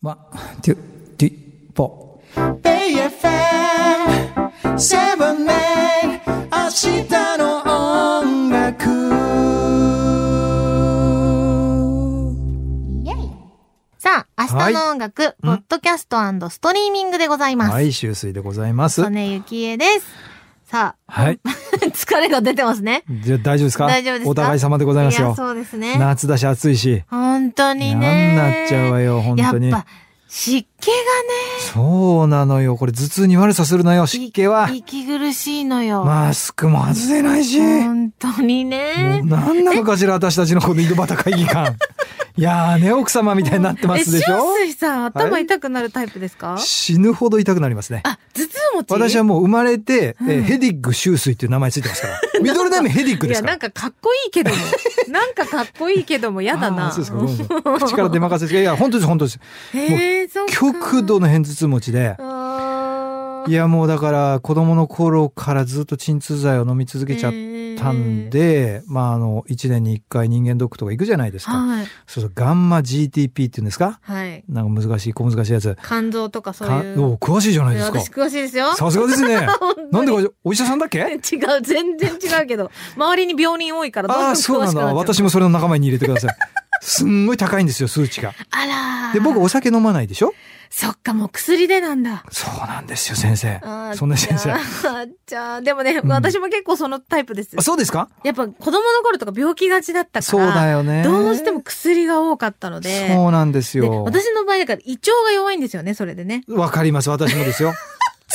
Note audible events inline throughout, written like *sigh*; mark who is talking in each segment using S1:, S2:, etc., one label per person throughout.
S1: ワン、ツー、ティー、フォー。
S2: BFM7 年明日の音楽
S3: さあ、明日の音楽、ポッドキャストストリーミングでございます。
S1: はい、終水でございます。
S3: 曽根幸恵です。さ
S1: はい。
S3: あ、 *laughs* 疲れが出てますね。
S1: じゃあ大丈夫ですか
S3: 大丈夫ですか
S1: お互い様でございます
S3: い
S1: よ
S3: や、。そうですね。
S1: 夏だし暑いし。
S3: 本当に
S1: なん
S3: ね。
S1: なっちゃうわよ、本当に
S3: やっ。ぱ、湿気
S1: そうなのよ。これ頭痛に悪さするのよ、湿気
S3: が
S1: は
S3: ね、。息苦しいのよ。
S1: マスクも外せないし。も
S3: 本当に
S1: う
S3: ね。
S1: 何なのかしら、私たちのこの井戸端会議
S3: *laughs*
S1: 感。いやーね、奥様みたいになってますでしょ
S3: え、塩水さん、頭
S1: はい
S3: 痛くなるタイプですか、
S1: 死ぬほど痛くなりますね。
S3: あ、頭痛持ち
S1: 私はもう生まれて、えー
S3: うん
S1: ヘディッグ周水っていう名前ついてますから。ミドルネームヘディッグ
S3: い
S1: で
S3: や、
S1: すか
S3: な
S1: ら
S3: ん。かかっこいいけども。なんかかっこいいけども、やだ
S1: あ
S3: な。
S1: ーそうですかごめんなさい口から出まかせですけどいや、本当です、本当です。
S3: へー、そうか
S1: 極度の片頭痛持ちで。
S3: あー
S1: いや、もうだから、子供の頃からずっと鎮痛剤を飲み続けちゃったんで、まあ、あの、1年に1回人間ドックとか行くじゃないですか。
S3: はい。
S1: そうそう、ガンマ GTP っていうんですか
S3: はい。
S1: なんか難しい、小難しいやつ。
S3: 肝臓とかそう
S1: か
S3: いう。
S1: お詳しいじゃない
S3: い
S1: で
S3: や
S1: すか
S3: 私。詳しいですよ。
S1: さすがですね。な
S3: 当
S1: ん
S3: に
S1: でか、お医者さんだっけ
S3: *laughs* 違う、全然違うけど。周りに病人多いから、どんどん
S1: ああ
S3: 詳
S1: ー、
S3: しく
S1: そう
S3: な
S1: な
S3: っ
S1: ん
S3: ち
S1: だ。
S3: ゃう。
S1: 私もそれを仲間に入れてくだ
S3: *laughs*
S1: さい。すんごい高いんですよ、数値が。
S3: あらー
S1: で、僕お酒飲まないでしょ
S3: そっか、もう薬でなんだ。
S1: そうなんですよ、先生
S3: あ。
S1: *laughs*
S3: ー
S1: そんな先
S3: じ
S1: 生
S3: ゃ。あ、じゃあ、でもね、
S1: ん
S3: 私も結構そのタイプです
S1: あ。そうですか
S3: やっぱ子供の頃とか病気がちだったから、
S1: そうだよね。
S3: どうしても薬が多かったので、
S1: そうなんです
S3: で
S1: よ。
S3: 私の場合だから胃腸が弱いんですよね、それでね。
S1: わかります、私も
S3: *laughs*
S1: ですよ。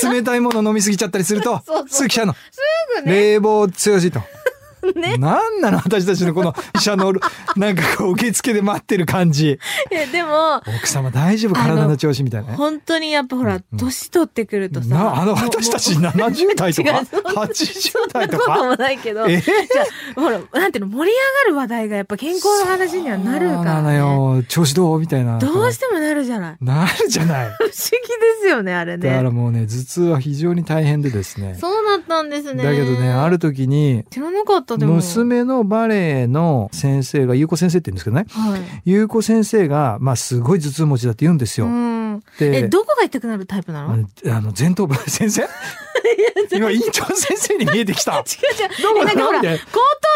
S1: 冷たいもの飲みすぎちゃったりすると
S3: そうそ、う
S1: すぐ来ちゃうの。
S3: すぐね、
S1: 冷房強しと。
S3: *laughs* ね
S1: なんなの私たちのこの医者の、なんかこう受付で待ってる感じ。
S3: でも、
S1: 奥様大丈夫体の調子みたいなね。
S3: 本当にやっぱほ
S1: う
S3: ら
S1: んうん、
S3: 年取ってくるとさ、
S1: なあの
S3: もう
S1: 私たち70代とか
S3: 違うそんな
S1: 80代と
S3: そんなこと
S1: か。
S3: もないけど、
S1: え
S3: ほら、なんていうの、盛り上がる話題がやっぱ健康の話にはなる
S1: そう
S3: か
S1: な
S3: ら、
S1: の
S3: ね。
S1: よ。調子どうみたいな。
S3: どうしてもなるじ
S1: *laughs*
S3: ゃない。
S1: なるじゃ
S3: *laughs*
S1: ない。
S3: 不思議ですよね、あれ
S1: だか
S3: ね
S1: ら。もうね、頭痛は非常に大変でですね。
S3: そうだったんです
S1: だ
S3: ね。
S1: けどね、ある時に、
S3: 知らなかったでも。。
S1: 娘のバレエの先生が、優子先生って言うんですけどね。
S3: はい。
S1: 優子先生が、まあ、すごい頭痛持ちだって言うんです
S3: う
S1: よ。
S3: ん。
S1: で
S3: え、どこが痛くなるタイプな
S1: あ
S3: の違う
S1: の、あの前頭部、先
S3: *laughs*
S1: 生今、院長先生に見えてきた。
S3: 違う。え、なんか
S1: な
S3: ほら、
S1: んで
S3: 後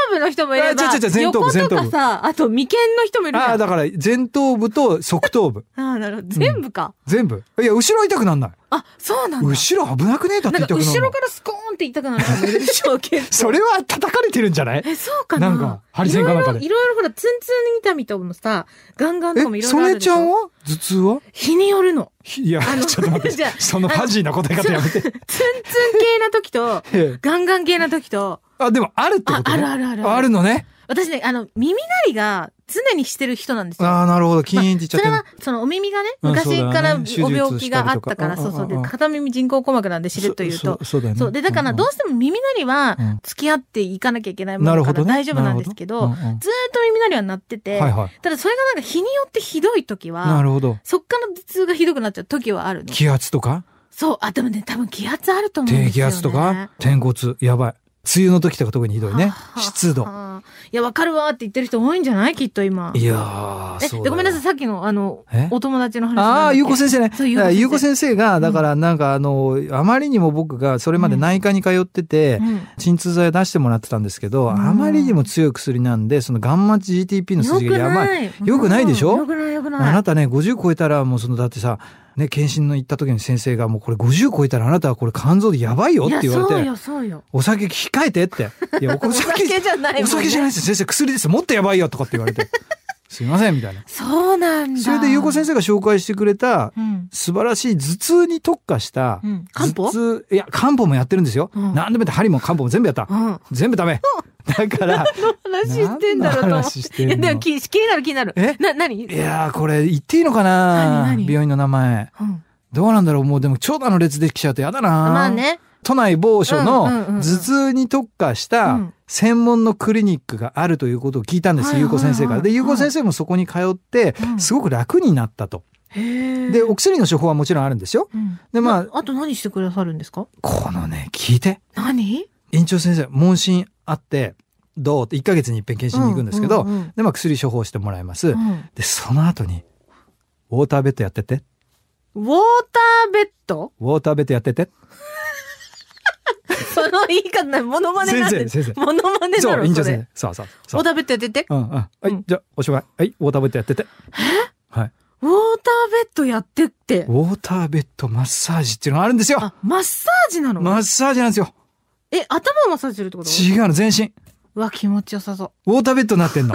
S3: 頭部の人もいれば、
S1: あ違う違う前頭部
S3: 横
S1: 前
S3: と
S1: 頭部
S3: かさ、あと眉間の人もいるじ
S1: あ
S3: ゃ
S1: あ、
S3: ん。あ
S1: だから、前頭部と側頭部。
S3: あ、なるほど。全部か。
S1: 全部。いや、後ろは痛くなんない。
S3: あ、そうなんだ。
S1: 後ろ危なくねえだって
S3: な
S1: 痛
S3: んか
S1: くなるの。
S3: 後ろからスコーンって痛くなる人もいるでしょうけど
S1: それは叩かれてるんじゃない
S3: *laughs* え、そうかな
S1: なんか針線かなんかで
S3: いろいろいろいろほら、ツンツン痛みとかもさ、ガンガンとかもい
S1: え、
S3: ろいろ
S1: ソ
S3: ある
S1: ネ
S3: で
S1: ち
S3: し
S1: ゃ
S3: ょ。
S1: んは頭痛は
S3: 日によるの。
S1: いや、
S3: あの
S1: ちょっと待っ
S3: じゃ
S1: て。
S3: あ
S1: そのファジーな答え方やめて。
S3: ツンツン系な時と、
S1: ええ
S3: ガンガン系な時と、
S1: あ、でもあるってこ
S3: あ、
S1: と
S3: あ
S1: ね
S3: るあるある。
S1: あるのね。
S3: 私ね、あの、耳鳴りが常にしてる人なんですよ。
S1: ああ、なるほど。キーンって言っちゃ
S3: そ
S1: ってる。
S3: れは、そのお耳がね、
S1: うん
S3: 昔
S1: そう
S3: か
S1: だ
S3: ら
S1: よね手術
S3: お病気があったから、
S1: した
S3: そ
S1: りとかんう
S3: うそうう。
S1: んうん
S3: で、片耳人工鼓膜なんでしれっと言うと
S1: そ。そうだよね。
S3: そう。で、だからどうしても耳鳴りは
S1: うんうん、
S3: 付き合っていかなきゃいけない
S1: うん
S3: も
S1: なる
S3: の
S1: ほ
S3: から
S1: どね。
S3: 大丈夫なんですけ
S1: なる
S3: ど、
S1: ほうんうん
S3: ずーっと耳鳴りは鳴ってて、
S1: はいはい。
S3: ただそれがなんか日によってひどい時
S1: な
S3: は、
S1: るほど。
S3: そっから頭痛がひどくなっちゃう時はあるの。
S1: 気圧とか
S3: そう、あ、でもね、多分気圧あると思うん
S1: 低
S3: です
S1: 気
S3: よ、ね。
S1: 圧とか天骨やばい。梅雨の時とか特にひどいね
S3: はあ。
S1: 湿度。
S3: はあいや、わかるわって言ってる人多いんじゃないきっと今。
S1: いやー、そ
S3: え、
S1: うだよ
S3: でごめんなさい、さっきのあの
S1: え、
S3: お友達の話なんだっけ。
S1: ああ、ゆうこ先生ね。
S3: そう
S1: だからゆ
S3: ゆ
S1: う
S3: う
S1: こ
S3: こ
S1: 先
S3: 先
S1: 生が、だからなんかあの、あまりにも僕がそれまで内科に通ってて、
S3: うん
S1: 鎮痛剤を出してもらってたんですけど、
S3: ん
S1: あまりにも強い薬なんで、そのガンマ GTP の数字がやばい。
S3: い
S1: よくないでしょ
S3: よくないよく
S1: あ
S3: な。
S1: ないたね、50超えたら、もうその、だってさ、ね、検診の行った時に先生が、もうこれ50超えたらあなたはこれ肝臓でやばいよっ
S3: いや、
S1: て言わ
S3: そう
S1: れて、
S3: よ、そうよ。
S1: お酒控えてって。いや、お
S3: *laughs* お
S1: 酒、
S3: 酒じゃないもん、ね。
S1: お酒じゃないですよ先生、薬ですよもっとやばいよとかって言われ
S3: *laughs*
S1: て、すいません、みたいな。
S3: そうなんだ。
S1: それで、ゆうこ先生が紹介してくれた、
S3: うん。
S1: 素晴らしい頭痛に特化した、
S3: うん。漢方
S1: 頭痛、いや、漢方もやってるんですよ。
S3: うん
S1: 何でもやって、針も漢方も全部やった
S3: う。ん。
S1: 全部ダ
S3: *laughs*
S1: メ。だから、
S3: 話してんだろうと
S1: 何の
S3: 思って。
S1: 話してん
S3: い
S1: の
S3: や、でも気気になる気になる。
S1: え
S3: な、なに
S1: いやー、これ言っていいのかな
S3: 何何
S1: 病院の名前。
S3: うん。
S1: どうなんだろうもうでも長蛇の列できちゃうとやだな
S3: まあね。
S1: 都内某所の
S3: うんうんうんう
S1: 頭痛
S3: ん
S1: に特化し
S3: う
S1: た
S3: ん
S1: 専門のクリニックがあるということを聞いたんです
S3: はい
S1: よ、ゆうこ先生
S3: はい
S1: から。
S3: はい
S1: で、ゆうこ先生もそこに通って
S3: う、ん
S1: すごく楽になったと。
S3: へ
S1: で、お薬の処方はもちろんあるんですよ。で
S3: で、
S1: まあ
S3: まあ。あと何してくださるんですか
S1: このね、聞いて。
S3: 何
S1: 院長先生、問診あって、どうって1ヶ月に一遍検診に行くんですけど、
S3: うんうんうん
S1: で、まあ薬処方してもらいます。
S3: うん
S1: で、その後に、ウォーターベッドやってて。
S3: ウォーターベッド
S1: ウォーターベッドやってて。
S3: その言い方ない。モノマネなんで。
S1: 先生先生
S3: モノマネだ
S1: そう、
S3: ろ、
S1: 院
S3: そ
S1: 長
S3: れ
S1: 先。生。そうそう
S3: ウォ
S1: そ
S3: ー
S1: う。
S3: ターベッドやってて。
S1: うんうん。は
S3: う
S1: い
S3: ん、
S1: じゃあ、おしまい。はい、ウォーターベッドやってて。はい。
S3: ウォーターベッドやってって。
S1: ウォーターベッドマッサージっていうのがあるんですよ
S3: あ、マッサージなの、
S1: マッサージなんですよ
S3: え、頭をマッサージするってこと
S1: 違うの、全身。
S3: うわ、気持ちよさそう。
S1: ウォーターベッドになってんの。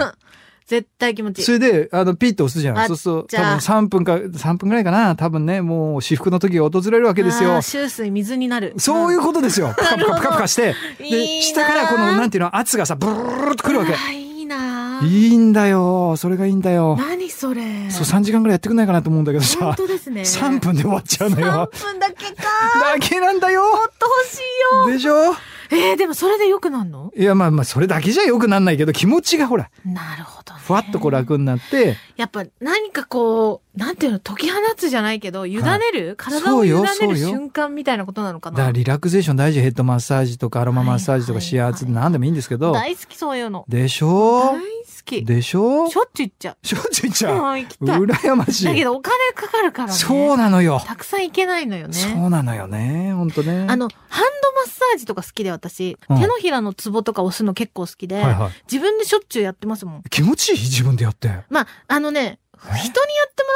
S3: 絶対気持ちい
S1: そ
S3: い。
S1: れで、あの、ピッと押すじゃ
S3: あ
S1: ん。そうすると、
S3: じゃあ
S1: 多分3分か、3分ぐらいかな。多分ね、もう、私服の時が訪れるわけです
S3: あ
S1: よ
S3: ー。終水水になる。
S1: そういうことですよ。プカプカプカプカして。
S3: いいな
S1: で、
S3: ー
S1: 下からこの、なんていうの、圧がさ、ブルーっとくるわけ
S3: あ。ーいいなぁ。
S1: いいんだよ。それがいいんだよ。
S3: 何それ。
S1: そう、3時間ぐらいやってくんないかなと思うんだけどさ。
S3: 本当ですね。
S1: 3分で終わっちゃうのよ。
S3: 3分だけか。
S1: だけなんだよ。
S3: もっと欲しいよ。
S1: でしょ
S3: えー、でもそれで良くなんの
S1: いや、まあまあ、それだけじゃよくなんないけど、気持ちがほら、
S3: なるほど、ね。
S1: ふわっとこう楽になって、
S3: やっぱ何かこう、なんていうの、解き放つじゃないけど、委ねる、体
S1: そ
S3: を
S1: う
S3: 委
S1: よ
S3: ねる
S1: そうよ
S3: 瞬間みたいなことなのか
S1: だから
S3: な。
S1: リラクゼーション大事ヘッドマッサージとかアロママッサージと
S3: は
S1: か
S3: いはい
S1: 指
S3: はい
S1: 圧なんでもいいんですけど、
S3: 大好きそういうの。
S1: でし
S3: 大
S1: ょ
S3: 好き。
S1: でしょ
S3: しょっちゅう行っちゃ
S1: しょっちゅう言っち
S3: う。も
S1: ゃ
S3: う行き
S1: う。
S3: たい。
S1: 羨まし
S3: だけ
S1: い。
S3: どお金かかるからね。
S1: そうなのよ。
S3: たくさん行けないのよね。
S1: そうなのよね。ほんとね。
S3: あの、ハンドマッサージとか好きで私、
S1: うん
S3: 手のひらのツボとか押すの結構好きで、
S1: はいはい。
S3: 自分でしょっちゅうやってますもん。
S1: 気持ちいい自分でやって。
S3: まあ、あのね、人にやってもら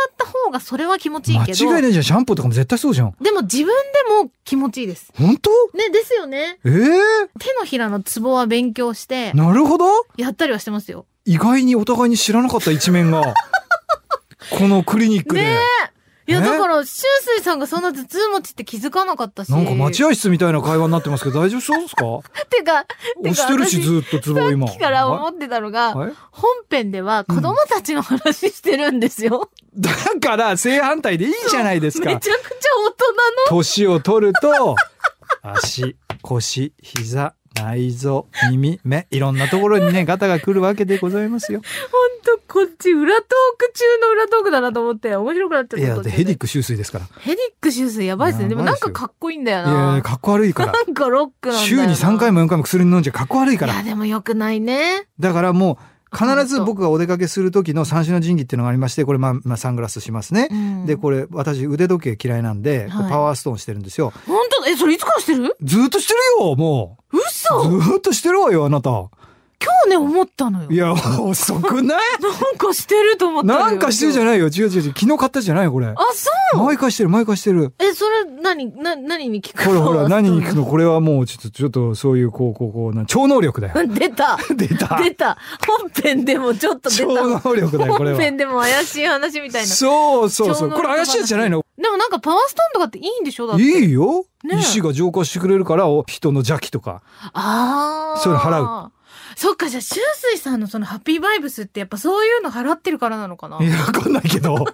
S3: った方がそれは気持ちいい
S1: 間
S3: けど、
S1: 違いないじゃん。シャンプーとかも絶対そうじゃん。
S3: でも自分でも気持ちいいです。
S1: ほんと
S3: ね、ですよね。
S1: ええ
S3: 手のひらのツボは勉強して、
S1: なるほど
S3: やったりはしてますよ。
S1: 意外にお互いに知らなかった一面が。 *laughs* このクリニックで。
S3: ねえ。いや、
S1: え
S3: だから、シュウスイさんがそんな頭痛持ちって気づかなかったし。
S1: なんか待合室みたいな会話になってますけど、大丈夫そうですか
S3: てか、
S1: 押してるし、
S3: 私
S1: ずっとツボ今。
S3: さっきから思ってたのが、
S1: はい
S3: 本編では子供たちの話してるんですよ。
S1: だから正反対でいいじゃないです
S3: めちゃ
S1: か
S3: く。ちゃ大人の。
S1: 年を取ると、足、腰、膝、内臓、耳、目、いろんなところに
S3: *laughs*
S1: ね、ガタが来るわけでございますよ。
S3: ほんと、こっち裏トーク中の裏トークだなと思って、面白くなっちゃっ
S1: い
S3: た。
S1: や、だってヘディッ
S3: ク。
S1: ク周水ですか
S3: ヘディックシュースやばいですね。でも
S1: やば
S3: な
S1: で
S3: いん
S1: すよ
S3: かかっこいいんだよ
S1: ら。いやい
S3: な。
S1: や、かっこ悪いから。
S3: なんかロックなんだよ
S1: 週
S3: な
S1: に3回も4回も薬飲んじゃかっこ悪いか
S3: い
S1: ら
S3: や、。でも良くないね。
S1: だからもう、必ず僕がお出かけする時の三種の神器っていうのがありまして、これ、まあ、まあ、サングラスしますね
S3: う。ん
S1: で、これ、私、腕時計嫌いなんで、こ
S3: は
S1: れ
S3: い
S1: パワーストーンしてるんですよ。
S3: ほんとだえ、それいつからしてる
S1: ずーっとしてるよ、もう。
S3: 嘘
S1: ずーっとしてるわよ、あなた。
S3: 今日ね、思ったのよ。
S1: いや、遅く
S3: *laughs*
S1: ない
S3: なんかしてると思ったのよ
S1: なんかしてるじゃないよ。違う違う違う。昨日買ったじゃないよ、これ。
S3: あ、そう
S1: 毎回してる、毎回してる。
S3: え、それ、何、な、何に聞く
S1: ほらほら、何に聞く
S3: の
S1: のこれはもう、ちょっと、ちょっと、そういう、こう、こう、こう、な超能力だよ。
S3: 出た
S1: *laughs* 出た。
S3: 出た本編でもちょっと出
S1: 超
S3: た。
S1: 能力だよ、これ
S3: 本編
S1: は。
S3: でも怪しい話みたいな。
S1: そうそうそ
S3: 超能
S1: う。
S3: 力
S1: これ怪しいやつじゃないの
S3: でもなんかパワーストーンとかっていいんでしょだって。
S1: いいよ。
S3: ねえ
S1: 石が浄化してくれるから、お人の邪気とか。
S3: ああ。
S1: それ払
S3: う。そっか、じゃあ、シュウスイさんのそのハッピーバイブスってやっぱそういうの払ってるからなのかない
S1: や、わかんないけど。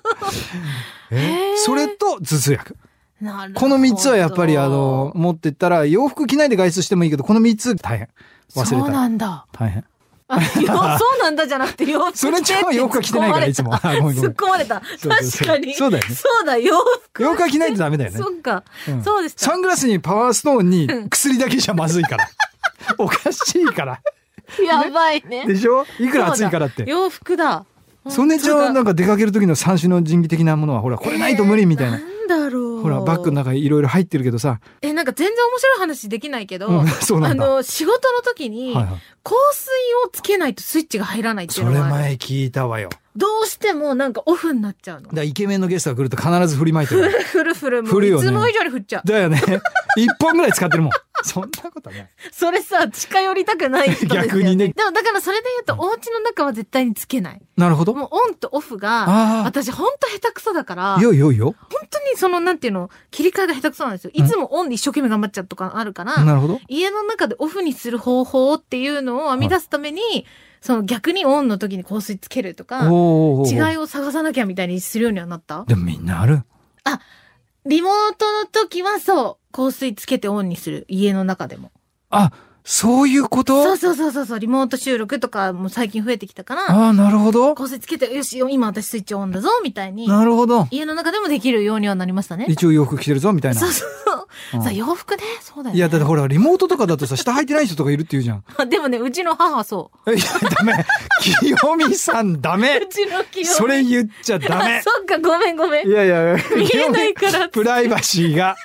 S3: へえ
S1: えそれと、頭痛薬。
S3: なるほ
S1: こ
S3: ど
S1: の3つはやっぱり、あの、、持ってったら、洋服着ないで外出してもいいけど、この3つ、大変。忘れた。
S3: そうなんだ。
S1: 大変。
S3: *laughs* あいやそうなんだじゃなくて、洋服着て
S1: *laughs* それちゃう洋服は着てない
S3: *laughs*
S1: からいつも
S3: 突っ込まれた
S1: あごめんごめんそうそ
S3: 突っ込まれた。
S1: うそ
S3: 確
S1: う
S3: かに。
S1: そうだよね
S3: そうだ、洋服。
S1: 洋服は着ないとダメだよね。
S3: そっか。
S1: うん
S3: そうでした
S1: サ。ングラスにパワーストーンに薬だけじゃまずい
S3: *laughs*
S1: から。おかしいから。
S3: やばいね。
S1: でしょい
S3: い
S1: くら暑いからって。
S3: 洋服だ。
S1: それじゃあなん
S3: か、
S1: か出かける時の三種の神器的なものはほらこれないと無理みたいな。
S3: なんだろう。
S1: ほらバッグの中いろいろ入ってるけどさ。
S3: え、なんか全然面白い話できないけど、
S1: うんそうな
S3: あ
S1: んだ。は
S3: の、仕事の時に、
S1: いはい。
S3: 香水をつけないとスイッチが入らないってい
S1: そうれ
S3: のがある、
S1: 前聞いたわよ。だか
S3: どうしてもなんかオフになっちゃうの。
S1: らイケメンのゲストが来ると必ず振りまいてる。
S3: ふるふる、も
S1: 振
S3: う
S1: る
S3: い
S1: よ
S3: つ
S1: ね
S3: も以上に振っちゃう。
S1: だよね。 *laughs* 一本ぐらい使ってるもん。そんなことない。
S3: それさ、近寄りたくない人ですよ、ね。
S1: 逆にね
S3: でもだからそれで言うと、お家の中は絶対につけない。
S1: なるほど。
S3: もうオンとオフが、
S1: あ
S3: 私ほんと下手くそだから、
S1: あ。いよ
S3: 本
S1: いよいよ。
S3: 当にその、なんていうの、切り替えが下手くそなんですよ。いつもオンで一生懸命頑張っちゃうとかあるから、
S1: なるほど。
S3: 家の中でオフにする方法っていうのを編み出すために、その逆にオンの時に香水つけるとか、
S1: おお。
S3: 違いを探さなきゃみたいにするようにはなった
S1: でもみんなある。
S3: リモートの時はそう、香水つけてオンにする。家の中でも。
S1: あ、そういうこと
S3: そうそうそうそうそう、リモート収録とかも最近増えてきたから、
S1: ああ、なるほど。
S3: 香水つけて、よし、今私スイッチオンだぞ、みたいに、
S1: なるほど。
S3: 家の中でもできるようにはなりましたね。
S1: 一応洋服着てるぞ、みたいな
S3: そう。そう。
S1: うん
S3: さ洋服ねそうだよ、ね、
S1: いや、だってほら、リモートとかだとさ、下履いてない人とかいるって言うじゃん。
S3: でもねうちの母はそ
S1: えいや、ダ
S3: *laughs*
S1: メ。清美さん、ダ
S3: う
S1: メ
S3: う。ちの清美
S1: それ言っちゃダ
S3: あ
S1: メ。
S3: *laughs* そっかごめんごめん
S1: いやいや、
S3: 見えないから
S1: 清美プライバシーが、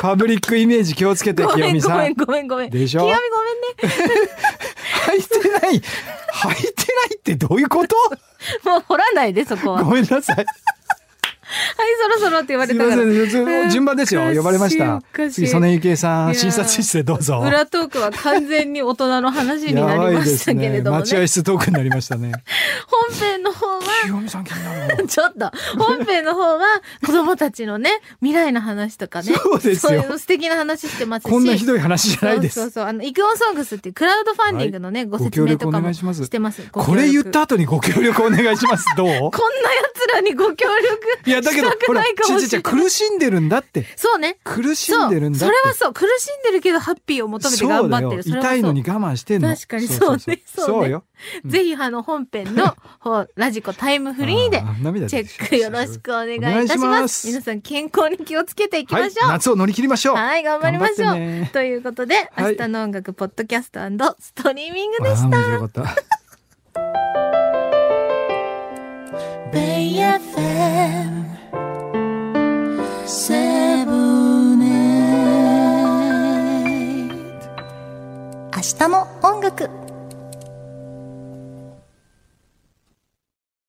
S1: パブリックイメージ気をつけて、
S3: ごめ
S1: 清
S3: ん
S1: 美
S3: ご
S1: さ
S3: め
S1: ん
S3: ん。ごめんごめん
S1: でしょ
S3: 清美ごめんね
S1: 履いてない、履いてないってどういう
S3: *laughs*
S1: こと
S3: もう掘らないでそこは
S1: ご
S3: はい
S1: めんなさい。
S3: そろそろって言わ
S1: す
S3: れ
S1: い
S3: た
S1: ま
S3: か
S1: せ
S3: ら
S1: んず。順番です
S3: お
S1: よ。
S3: かしい
S1: 呼ばれまし
S3: お
S1: た
S3: か。しい
S1: 次、曽根ゆきえさ
S3: い
S1: ん、
S3: やー
S1: 診察室でどうぞ。
S3: 裏トークは完全に大人の話になりましたけれ *laughs* どもね
S1: 待合室トークになりました
S3: *laughs*
S1: ね。
S3: 本編の方は
S1: 清美さん気になるの。
S3: *laughs* ちょっと本編の方は子供たちのね未来の話とかね
S1: そうですよ
S3: そういう素敵な話してますし
S1: こんなひどい話じゃないで
S3: そうそう
S1: す。
S3: そうあのイクオンソングスっていうクラウドファンディングのね、ご説明と
S1: ご協力お
S3: か
S1: 願
S3: も
S1: いします
S3: してますご協
S1: こ
S3: 力
S1: れ言った後にご協力お願いします。
S3: *laughs*
S1: どう
S3: こんな奴らにご協力
S1: いや、だけど
S3: し、た
S1: ほ
S3: く
S1: ら
S3: ない、か
S1: ち
S3: も
S1: ち
S3: し
S1: ち
S3: れ
S1: ゃ
S3: ない
S1: 苦しんでるんだって。
S3: そうね
S1: 苦し
S3: そ
S1: ん
S3: う
S1: でるん
S3: そ
S1: だっ
S3: れ
S1: て。
S3: はそう苦しんでるけどハッピーを求めて頑張ってる
S1: そう
S3: れ
S1: だよ。
S3: は
S1: 痛
S3: そう
S1: いのに我慢してんの。
S3: 確かにそ
S1: そ
S3: うね
S1: う
S3: そうね
S1: そうよ。うん
S3: ぜひあの本編
S1: *laughs*
S3: の方ラジコタイムフリーで
S1: あー涙
S3: チ
S1: 出
S3: ェ
S1: てき
S3: ッ
S1: た
S3: クよろしくお願いい
S1: お願い
S3: た
S1: し
S3: し
S1: ま
S3: ますす。皆さん健康に気をつけていき
S1: は
S3: ま
S1: い
S3: しょう。はい、
S1: 夏を乗り切りましょう。
S3: 頑張りましょ
S1: 頑張っ
S3: う。
S1: てね
S3: ということで、
S1: はい
S3: 明日の音楽ポッドキャストストリーミング
S1: わ
S3: で
S1: あ
S3: し
S1: 面
S3: た。
S1: 白かった。
S2: Bay FM Seven Eight
S3: 明日も音楽。